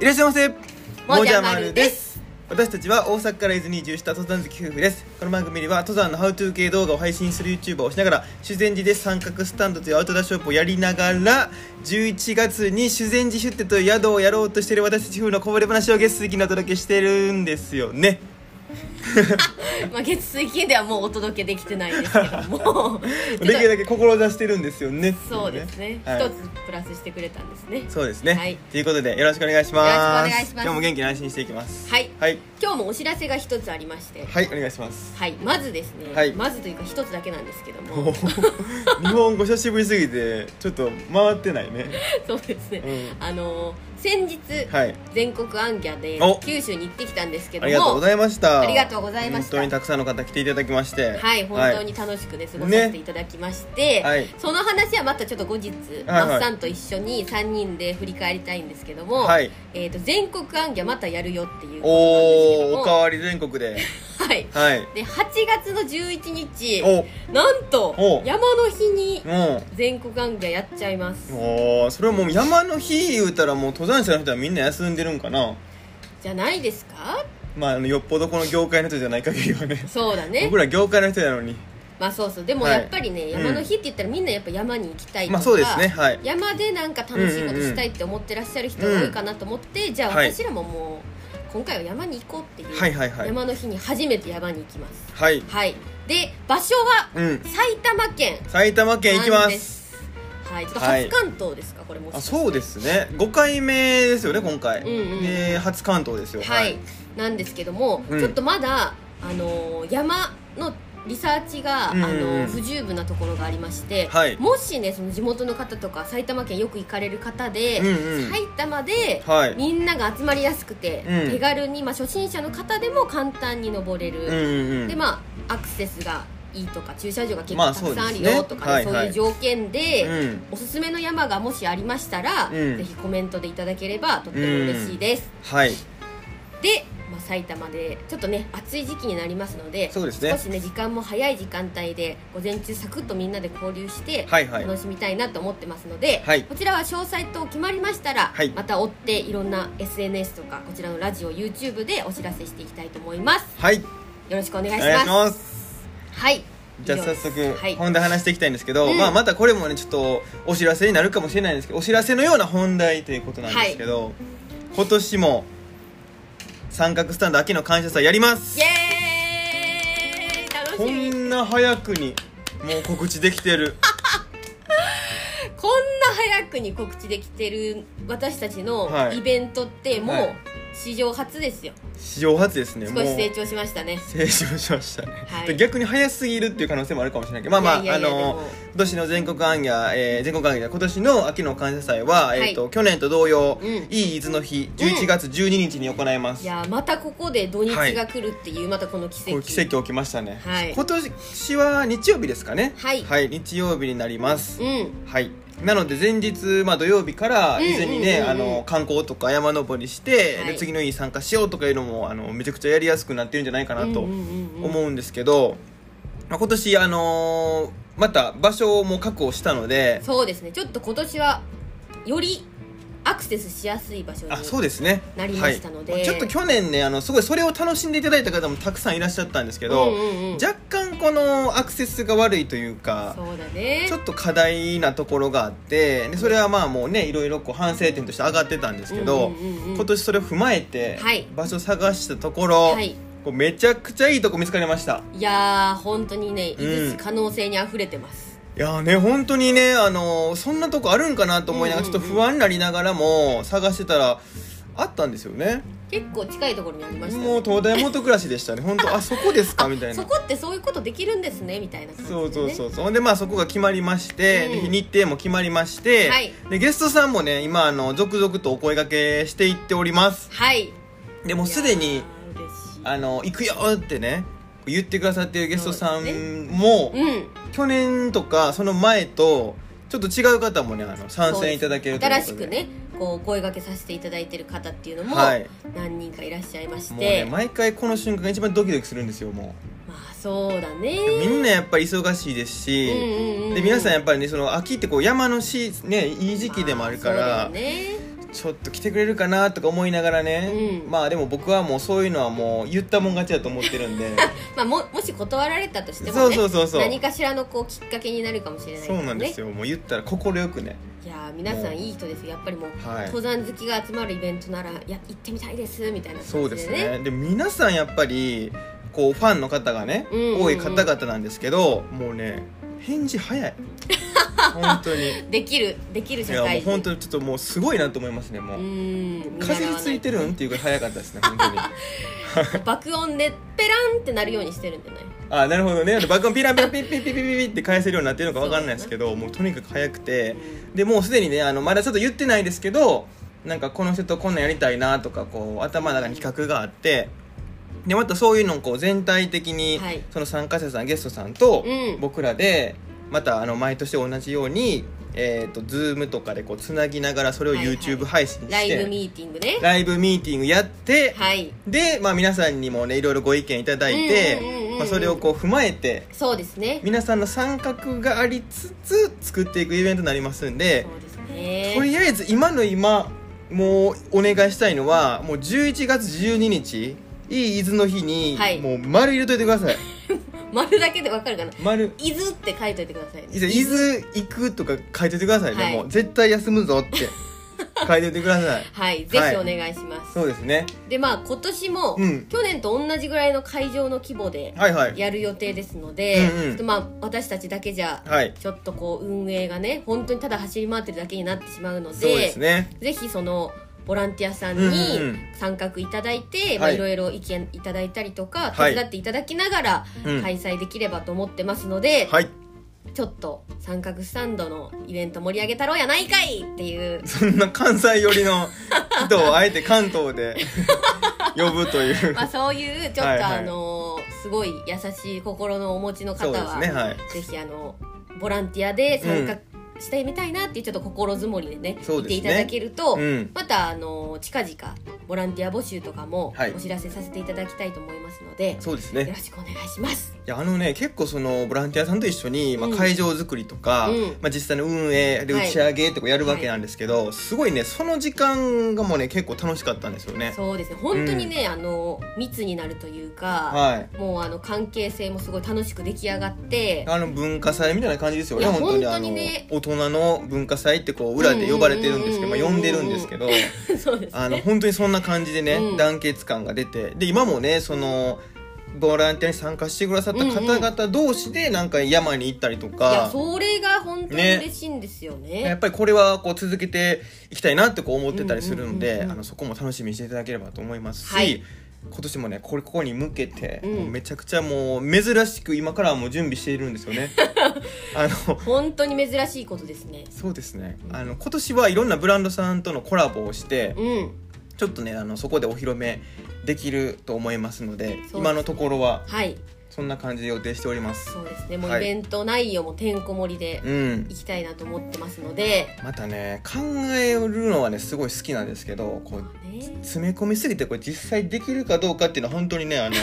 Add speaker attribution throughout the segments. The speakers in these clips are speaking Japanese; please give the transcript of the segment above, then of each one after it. Speaker 1: いらっしゃいませ
Speaker 2: もじゃまるです
Speaker 1: 私たちは大阪から伊豆に移住した登山好き夫婦ですこの番組では登山のハウトゥー系動画を配信する YouTuber をしながら修善寺で三角スタンドというアウトドアショップをやりながら11月に修善寺出店という宿をやろうとしている私たち夫婦のこぼれ話をゲスト的にお届けしてるんですよね
Speaker 2: まあ、月水金ではもうお届けできてないですけど も
Speaker 1: できるだけ志してるんですよね
Speaker 2: そうですね一、
Speaker 1: はい
Speaker 2: つプラスしてくれたんですね
Speaker 1: そうですね、
Speaker 2: はい
Speaker 1: ということでよろしくお願いします
Speaker 2: よろしくお願いし
Speaker 1: 今
Speaker 2: ます
Speaker 1: 日も元気に配信していきます
Speaker 2: はい
Speaker 1: はい
Speaker 2: 今日もお知らせが一つありまして
Speaker 1: はいお願いします
Speaker 2: はいまずですね、
Speaker 1: はい
Speaker 2: まずというか一つだけなんですけど
Speaker 1: お
Speaker 2: も
Speaker 1: ー日本語久しぶりすぎてちょっと回ってないね
Speaker 2: そうですね、
Speaker 1: う
Speaker 2: あのー先日、
Speaker 1: はい
Speaker 2: 全国アンギャで
Speaker 1: お
Speaker 2: 九州に行ってきたんですけ
Speaker 1: あ
Speaker 2: ども
Speaker 1: りがとうございました
Speaker 2: ありがとうございました
Speaker 1: 本当にたくさんの方来ていただきまして
Speaker 2: はい本当に楽しくね過ごさせていただきまして、
Speaker 1: はい
Speaker 2: その話はまたちょっと後日
Speaker 1: はいはい
Speaker 2: マッサンと一緒に3人で振り返りたいんですけども、
Speaker 1: はい
Speaker 2: えー、と全国アンギャまたやるよっていうこと
Speaker 1: おおおか
Speaker 2: なん
Speaker 1: わり全国で
Speaker 2: ですけどもはい
Speaker 1: はい
Speaker 2: で8月の11日
Speaker 1: お
Speaker 2: なんと
Speaker 1: お
Speaker 2: 山の日に
Speaker 1: も
Speaker 2: 全国アンギャやっちゃいます
Speaker 1: うおーそれはもう山の日言うたらもう登山者の人はみんな休んでるんかな
Speaker 2: じゃないですか
Speaker 1: まああのよっぽどこの業界の人じゃない限りはね
Speaker 2: そうだね
Speaker 1: 僕ら業界の人なのに
Speaker 2: まあそうそうでも
Speaker 1: はい
Speaker 2: やっぱりね、山の日って言ったらみんなやっぱ山に行きたいとか、
Speaker 1: まあそうですねはい
Speaker 2: 山でなんか楽しいことしたいって思ってらっしゃる人が多いかなと思って、じゃあ
Speaker 1: はい
Speaker 2: 私らももう今回は山に行こうっていう、
Speaker 1: はいはいはい
Speaker 2: 山の日に初めて山に行きます
Speaker 1: はい
Speaker 2: はいで場所は
Speaker 1: うん
Speaker 2: 埼玉県
Speaker 1: 埼玉県行き
Speaker 2: なん
Speaker 1: ま
Speaker 2: ですすはいちょっと
Speaker 1: はい
Speaker 2: 初関東ですか、これもしか
Speaker 1: あ
Speaker 2: して
Speaker 1: そうですね5回目ですよね今回、
Speaker 2: うんうん
Speaker 1: で初関東ですよ
Speaker 2: はい、なんですけども、
Speaker 1: うん
Speaker 2: ちょっとまだあのー山のリサーチが、
Speaker 1: うんうん
Speaker 2: あ
Speaker 1: うん
Speaker 2: のー不十分なところがありまして、
Speaker 1: はい
Speaker 2: もしねその地元の方とか埼玉県よく行かれる方で、
Speaker 1: うんうん
Speaker 2: 埼玉で、
Speaker 1: はい
Speaker 2: みんなが集まりやすくて、
Speaker 1: うん
Speaker 2: 手軽に、まあ、初心者の方でも簡単に登れる、
Speaker 1: うんうんうん
Speaker 2: でまあアクセスがいいとか駐車場が結構
Speaker 1: まあ
Speaker 2: たくさんある
Speaker 1: そうです
Speaker 2: よ
Speaker 1: ね
Speaker 2: とかね、
Speaker 1: は
Speaker 2: そう
Speaker 1: いはい
Speaker 2: いう条件で、
Speaker 1: うん
Speaker 2: おすすめの山がもしありましたら、
Speaker 1: うん
Speaker 2: ぜひコメントでいただければとっても嬉しいです、
Speaker 1: はい
Speaker 2: で、まあ、埼玉でちょっとね暑い時期になりますので
Speaker 1: そうですね
Speaker 2: 少しね時間も早い時間帯で午前中サクッとみんなで交流して
Speaker 1: はいはい
Speaker 2: 楽しみたいなと思ってますので、
Speaker 1: はい
Speaker 2: こちらは詳細と決まりましたら、
Speaker 1: はい
Speaker 2: また追っていろんな SNS とかこちらのラジオ YouTube でお知らせしていきたいと思います
Speaker 1: はい
Speaker 2: よろしくお願いし
Speaker 1: お
Speaker 2: ます
Speaker 1: 願いします
Speaker 2: はい
Speaker 1: じゃあ
Speaker 2: 以上
Speaker 1: 早
Speaker 2: です
Speaker 1: 速
Speaker 2: はい、
Speaker 1: 本題話していきたいんですけど、
Speaker 2: うん
Speaker 1: まあ、またこれもねちょっとお知らせになるかもしれないんですけどお知らせのような本題ということなんですけど、今年も三角スタンド秋の感謝祭やります
Speaker 2: イエーイ楽し
Speaker 1: こ
Speaker 2: み
Speaker 1: んな早くにもう告知できてる
Speaker 2: こんな早くに告知できてる私たちの
Speaker 1: はい
Speaker 2: イベントってもう、
Speaker 1: はい
Speaker 2: 史上初ですよ
Speaker 1: 史上初ですねも
Speaker 2: 少
Speaker 1: う
Speaker 2: し成長しましたね
Speaker 1: 成長しましたね、
Speaker 2: はい
Speaker 1: で逆に早すぎるっていう可能性もあるかもしれないけどまあまあ
Speaker 2: いやいやいや
Speaker 1: あ
Speaker 2: で
Speaker 1: の
Speaker 2: も
Speaker 1: 今年の全国アンギャ、えー全国アンギャ今年の秋の感謝祭は、
Speaker 2: はい
Speaker 1: えー、と去年と同様、
Speaker 2: うん
Speaker 1: いい伊豆の日11月12日に行います、
Speaker 2: いやーまたここで土日が来るっていう、またこの奇
Speaker 1: こ
Speaker 2: 跡
Speaker 1: れ奇跡起きましたね、
Speaker 2: はい
Speaker 1: 今年は日曜日ですかね
Speaker 2: はい
Speaker 1: 日曜日になります、
Speaker 2: うん
Speaker 1: はいなので前日、まあ、土曜日から
Speaker 2: うん
Speaker 1: 伊豆にね、
Speaker 2: うんうんうんうん
Speaker 1: あの観光とか山登りして、
Speaker 2: はい
Speaker 1: で次の日に参加しようとかいうのもあのめちゃくちゃやりやすくなってるんじゃないかなと
Speaker 2: うんうんうんうん
Speaker 1: 思うんですけど、まあ今年あのーまた場所も確保したので
Speaker 2: そうですねちょっと今年はよりアクセスしやすい場所に
Speaker 1: あそうですね
Speaker 2: なりましたので
Speaker 1: はい、ちょっと去年ねあのすごいそれを楽しんでいただいた方もたくさんいらっしゃったんですけど、
Speaker 2: うんうんうん
Speaker 1: 若干このアクセスが悪いというか
Speaker 2: そうだね
Speaker 1: ちょっと課題なところがあってでそれはまあもうねいろいろこう反省点として上がってたんですけど、
Speaker 2: うんうんうんうん
Speaker 1: 今年それを踏まえて
Speaker 2: はい
Speaker 1: 場所探したところ、
Speaker 2: はい
Speaker 1: こうめちゃくちゃいいとこ見つかりました
Speaker 2: いやー本当にね伊豆
Speaker 1: う
Speaker 2: 市
Speaker 1: ん
Speaker 2: 可能性にあふれてます、
Speaker 1: いやーね本当にね、あのーそんなとこあるんかなと思いながら、
Speaker 2: うん
Speaker 1: ちょっと不安になりながらも探してたらあったんですよね
Speaker 2: 結構近いところにありましたよ
Speaker 1: もう東大元暮らしでしたね本当 あそこですかみたいな
Speaker 2: そこってそういうことできるんですねみたいな感じで、
Speaker 1: そ
Speaker 2: ね、
Speaker 1: うそうそうそうほんでまあそこが決まりまして、
Speaker 2: う
Speaker 1: で
Speaker 2: ん
Speaker 1: 日程も決まりまして、
Speaker 2: はい
Speaker 1: でゲストさんもね今あの続々とお声掛けしていっております
Speaker 2: はい
Speaker 1: でもうすで
Speaker 2: いや
Speaker 1: に
Speaker 2: ー嬉しい
Speaker 1: あの行くよってね言ってくださってるゲストさ
Speaker 2: そうです
Speaker 1: んも、
Speaker 2: うん
Speaker 1: 去年とかその前とちょっと違う方もねあの参戦いただけるということ
Speaker 2: 新
Speaker 1: で
Speaker 2: しくねこうお声掛けさせていただいてる方っていうのも
Speaker 1: はい
Speaker 2: 何人かいらっしゃいまして、
Speaker 1: もうね毎回この瞬間が一番ドキドキするんですよも
Speaker 2: まあそうだね
Speaker 1: うみんなやっぱり忙しいですし、
Speaker 2: うんうんうんうん
Speaker 1: で皆さんやっぱりねその秋ってこう山のし、ね、いい時期でもあるから、
Speaker 2: まあそうだよね
Speaker 1: ちちょっと来てくれるかなとか思いながらね、
Speaker 2: うん
Speaker 1: まあでも僕はもうそういうのはもう言ったもん勝ちだと思ってるん で
Speaker 2: まあ、ももし断られたとしても、ね、
Speaker 1: そうそうそうそう
Speaker 2: 何かしらのこうきっかけになるかもしれない
Speaker 1: そうなんです
Speaker 2: よ
Speaker 1: よもう言ったら快くね
Speaker 2: いやー皆さ
Speaker 1: もうん
Speaker 2: いい人ですよやっぱりもう、
Speaker 1: はい
Speaker 2: 登山好きが集まるイベントならいや行ってみたいですみたいな感じで、ね、
Speaker 1: そうですねで皆さんやっぱりこうファンの方がね、
Speaker 2: うんうんうん
Speaker 1: 多い方々なんですけどもうね返事早 い本当に
Speaker 2: できるできる
Speaker 1: い
Speaker 2: 社
Speaker 1: やも
Speaker 2: 会
Speaker 1: う
Speaker 2: 人
Speaker 1: 本当にちょっともうすごいなと思いますねも
Speaker 2: う
Speaker 1: う、
Speaker 2: ーん
Speaker 1: 風について
Speaker 2: る
Speaker 1: るんっていうぐらい早かったですね本当に
Speaker 2: 爆音でペランってなるようにしてるんじゃない
Speaker 1: あなるほどね爆音ピラピラピピピピピピって返せるようになってるのか分かんないですけどもうとにかく早くてでもうすでにねあのまだちょっと言ってないですけどなんかこの人とこんなんやりたいなとかこう頭の中に企画があってでまたそういうのをこう全体的に、
Speaker 2: はい
Speaker 1: その参加者さんゲストさんと
Speaker 2: うん
Speaker 1: 僕らで、またあの毎年同じように、えー、と Zoom とかでこうつなぎながらそれを
Speaker 2: はいはい
Speaker 1: YouTube 配信して、
Speaker 2: ライブミーティングね
Speaker 1: ライブミーティングやって、
Speaker 2: はい
Speaker 1: で、まあ、皆さんにもねいろいろご意見いただいて
Speaker 2: うんうんうんうん
Speaker 1: まあそれをこう踏まえて
Speaker 2: そうですね
Speaker 1: 皆さんの参画がありつつ作っていくイベントになりますんで
Speaker 2: そうですね
Speaker 1: とりあえず今の今もうお願いしたいのはもう11月12日いい伊豆の日に、
Speaker 2: はい
Speaker 1: もう丸入れといてください
Speaker 2: 丸だけでわかるかな
Speaker 1: 丸
Speaker 2: 伊豆って書いといてください
Speaker 1: 伊豆伊豆行くとか書いといてくださいね、
Speaker 2: はい
Speaker 1: もう絶対休むぞって 書いといてください
Speaker 2: はいぜひお願いします、
Speaker 1: そうですね
Speaker 2: でまあ今年も、
Speaker 1: うん
Speaker 2: 去年と同じぐらいの会場の規模で
Speaker 1: はいはい
Speaker 2: やる予定ですので、
Speaker 1: うんうん
Speaker 2: ちょっとまあ私たちだけじゃ
Speaker 1: はい
Speaker 2: ちょっとこう運営がね本当にただ走り回ってるだけになってしまうので
Speaker 1: そうですね
Speaker 2: ぜひそのボランティアさん
Speaker 1: うんうんう
Speaker 2: に
Speaker 1: ん
Speaker 2: 参画いただいて、
Speaker 1: い
Speaker 2: まあいろいろ意見いただいたりとか、
Speaker 1: はい
Speaker 2: 手伝っていただきながら
Speaker 1: うん
Speaker 2: 開催できればと思ってますので、
Speaker 1: はい
Speaker 2: ちょっと三角スタンドのイベント盛り上げたろうやないかいっていう
Speaker 1: そんな関西寄りの人をあえて関東で呼ぶという、
Speaker 2: まあそういうちょっと
Speaker 1: はいはい
Speaker 2: あのすごい優しい心のお持ちの
Speaker 1: そ
Speaker 2: 方
Speaker 1: うです
Speaker 2: は、
Speaker 1: ねはい
Speaker 2: ぜひあのボランティアで参加してみたいなっていうちょっと心づもりでね
Speaker 1: そう
Speaker 2: い
Speaker 1: で
Speaker 2: て
Speaker 1: すね
Speaker 2: いただけると、
Speaker 1: うん
Speaker 2: またあの近々ボランティア募集とかも
Speaker 1: はい
Speaker 2: お知らせさせていただきたいと思いますので、
Speaker 1: そうです
Speaker 2: よ
Speaker 1: ね
Speaker 2: ろしくお願いします。
Speaker 1: いやあのね結構そのボランティアさんと一緒に、まあ、
Speaker 2: うん
Speaker 1: 会場作りとか、
Speaker 2: うん
Speaker 1: まあ、実際の運営で
Speaker 2: は
Speaker 1: 打
Speaker 2: い
Speaker 1: ち上げとかやるわけなんですけど、すごいねその時間がもうね結構楽しかったんですよね
Speaker 2: そうですね本当にね、あの密になるというか、
Speaker 1: はい
Speaker 2: もうあの関係性もすごい楽しく出来上がって。
Speaker 1: あの文化祭みたいな感じですよね
Speaker 2: いや
Speaker 1: 本当に
Speaker 2: 本当にね
Speaker 1: あの大人の文化祭ってこう裏で呼ばれてるんですけど、
Speaker 2: うん
Speaker 1: ま
Speaker 2: う
Speaker 1: あ、
Speaker 2: ん
Speaker 1: 呼
Speaker 2: うんうんうん
Speaker 1: んでるんですけど
Speaker 2: そうです
Speaker 1: あの
Speaker 2: ね。
Speaker 1: 本当にそんな感じでね、
Speaker 2: うん
Speaker 1: 団結感が出てで今もねそのボランティアに参加してくださった方々同士でなんか山に行ったりと
Speaker 2: いや
Speaker 1: か、
Speaker 2: それが本当に
Speaker 1: ね
Speaker 2: 嬉しいんですよね。
Speaker 1: やっぱりこれはこう続けていきたいなってこう思ってたりするん
Speaker 2: うんうん
Speaker 1: で
Speaker 2: うんうん
Speaker 1: あのそこも楽しみにしていただければと思いますし、
Speaker 2: はい
Speaker 1: 今年もねこれここに向けて、
Speaker 2: うん
Speaker 1: もうめちゃくちゃもう珍しく今からはもう準備しているんですよ ね。あの
Speaker 2: 本当に珍しいことですね。
Speaker 1: そうですねあの今年はいろんなブランドさんとのコラボをして
Speaker 2: うん、
Speaker 1: ちょっとねあのそこでお披露目できると思いますので
Speaker 2: ですね
Speaker 1: 今のところは
Speaker 2: はい、
Speaker 1: そんな感じで予定しております。
Speaker 2: そうですね。もう
Speaker 1: は
Speaker 2: イ
Speaker 1: い
Speaker 2: ベント内容もてんこ盛りで
Speaker 1: うん
Speaker 2: 行きたいなと思ってますので、
Speaker 1: またね考えるのはねすごい好きなんですけどこう
Speaker 2: ね、
Speaker 1: 詰め込みすぎてこれ実際できるかどうかっていうのは本当に ねあの、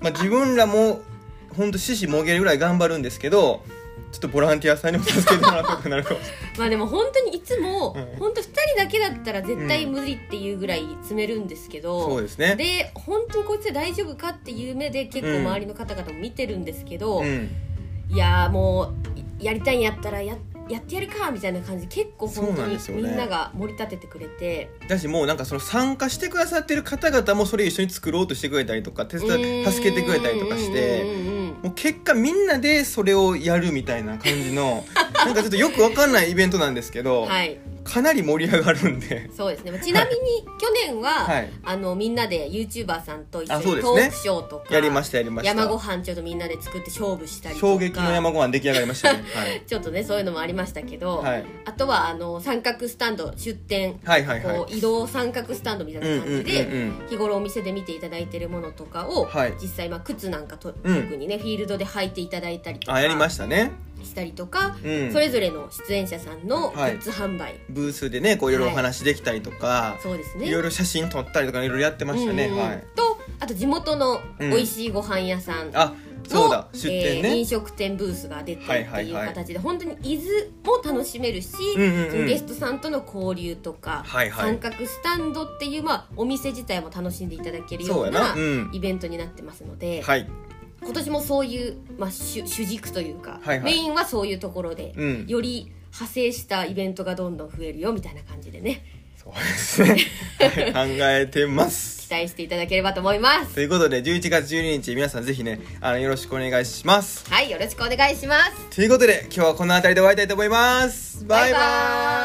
Speaker 1: まあ、自分らも本当獅子もげるぐらい頑張るんですけどちょっとボランティアさんにも助けてもらうことになるかもしれない
Speaker 2: まあでも本当にいつも、
Speaker 1: うん
Speaker 2: 本当二人だけだったら絶対無理っていうぐらい詰めるんですけど、
Speaker 1: そうですね
Speaker 2: で本当にこいつで大丈夫かっていう目で結構周りの方々も見てるんですけど、
Speaker 1: うん、
Speaker 2: いやーもうやりたいんやったらややってやるかみたいな感じで結構本
Speaker 1: そう
Speaker 2: 当
Speaker 1: なん
Speaker 2: に
Speaker 1: ですよ
Speaker 2: み
Speaker 1: ね
Speaker 2: んなが盛り立ててくれて、
Speaker 1: だしもうなんかその参加してくださってる方々もそれ一緒に作ろうとしてくれたりとか手伝って助けてくれたりとかして。
Speaker 2: うんうんうんうん
Speaker 1: もう結果みんなでそれをやるみたいな感じ のなんかちょっとよくわかんないイベントなんですけど、
Speaker 2: はい
Speaker 1: かなり盛り上がるんで
Speaker 2: そうですねまあちなみに去年は、
Speaker 1: はい
Speaker 2: あのみんなで YouTuber さんと一緒
Speaker 1: あ
Speaker 2: に
Speaker 1: そうです
Speaker 2: ト
Speaker 1: ね
Speaker 2: ークショーとか
Speaker 1: やりましたやりました
Speaker 2: 山ご飯ちょっとみんなで作って勝負したりとか
Speaker 1: 衝撃の山ご飯出来上がりましたね、はい
Speaker 2: ちょっとねそういうのもありましたけど、
Speaker 1: はい
Speaker 2: あとはあの三角スタンド出店、
Speaker 1: はいはいはい
Speaker 2: こう移動三角スタンドみたいな感じで、日頃お店で見ていただいてるものとかを、
Speaker 1: はい
Speaker 2: 実際まあ靴なんかと、
Speaker 1: うん
Speaker 2: 特にねフィールドで履いていただいたりとか
Speaker 1: あやりましたね、
Speaker 2: したりとか、
Speaker 1: うん、
Speaker 2: それぞれの出演者さんのグッズ販売、
Speaker 1: ブースでねこういろいろお話できたりとか、
Speaker 2: そうです
Speaker 1: い
Speaker 2: ね
Speaker 1: ろいろ写真撮ったりとかいろいろやってましたね、
Speaker 2: うんうんうん
Speaker 1: はい
Speaker 2: とあと地元の美味しいご飯屋さん
Speaker 1: あそう
Speaker 2: の
Speaker 1: だ、出店ね
Speaker 2: えー飲食店ブースが出てって
Speaker 1: はいはい
Speaker 2: いう
Speaker 1: はい
Speaker 2: 形で本当に伊豆も楽しめるし、
Speaker 1: うんうんうん
Speaker 2: ゲストさんとの交流とか、
Speaker 1: はいはい
Speaker 2: 三角スタンドっていう、まあ、お店自体も楽しんでいただけるよ
Speaker 1: そう
Speaker 2: う
Speaker 1: や
Speaker 2: な
Speaker 1: なうん
Speaker 2: イベントになってますので、
Speaker 1: はい
Speaker 2: 今年もそういう、まあ、主主軸というか、
Speaker 1: はいはい
Speaker 2: メインはそういうところで、
Speaker 1: うん
Speaker 2: より派生したイベントがどんどん増えるよみたいな感じでね
Speaker 1: そうですねはい考えてます
Speaker 2: 期待していただければと思います。
Speaker 1: ということで11月12日皆さんぜひねあのよろしくお願いします
Speaker 2: はい、よろしくお願いします。
Speaker 1: ということで今日はこの辺りで終わりたいと思いますバイバ
Speaker 2: バイバーイ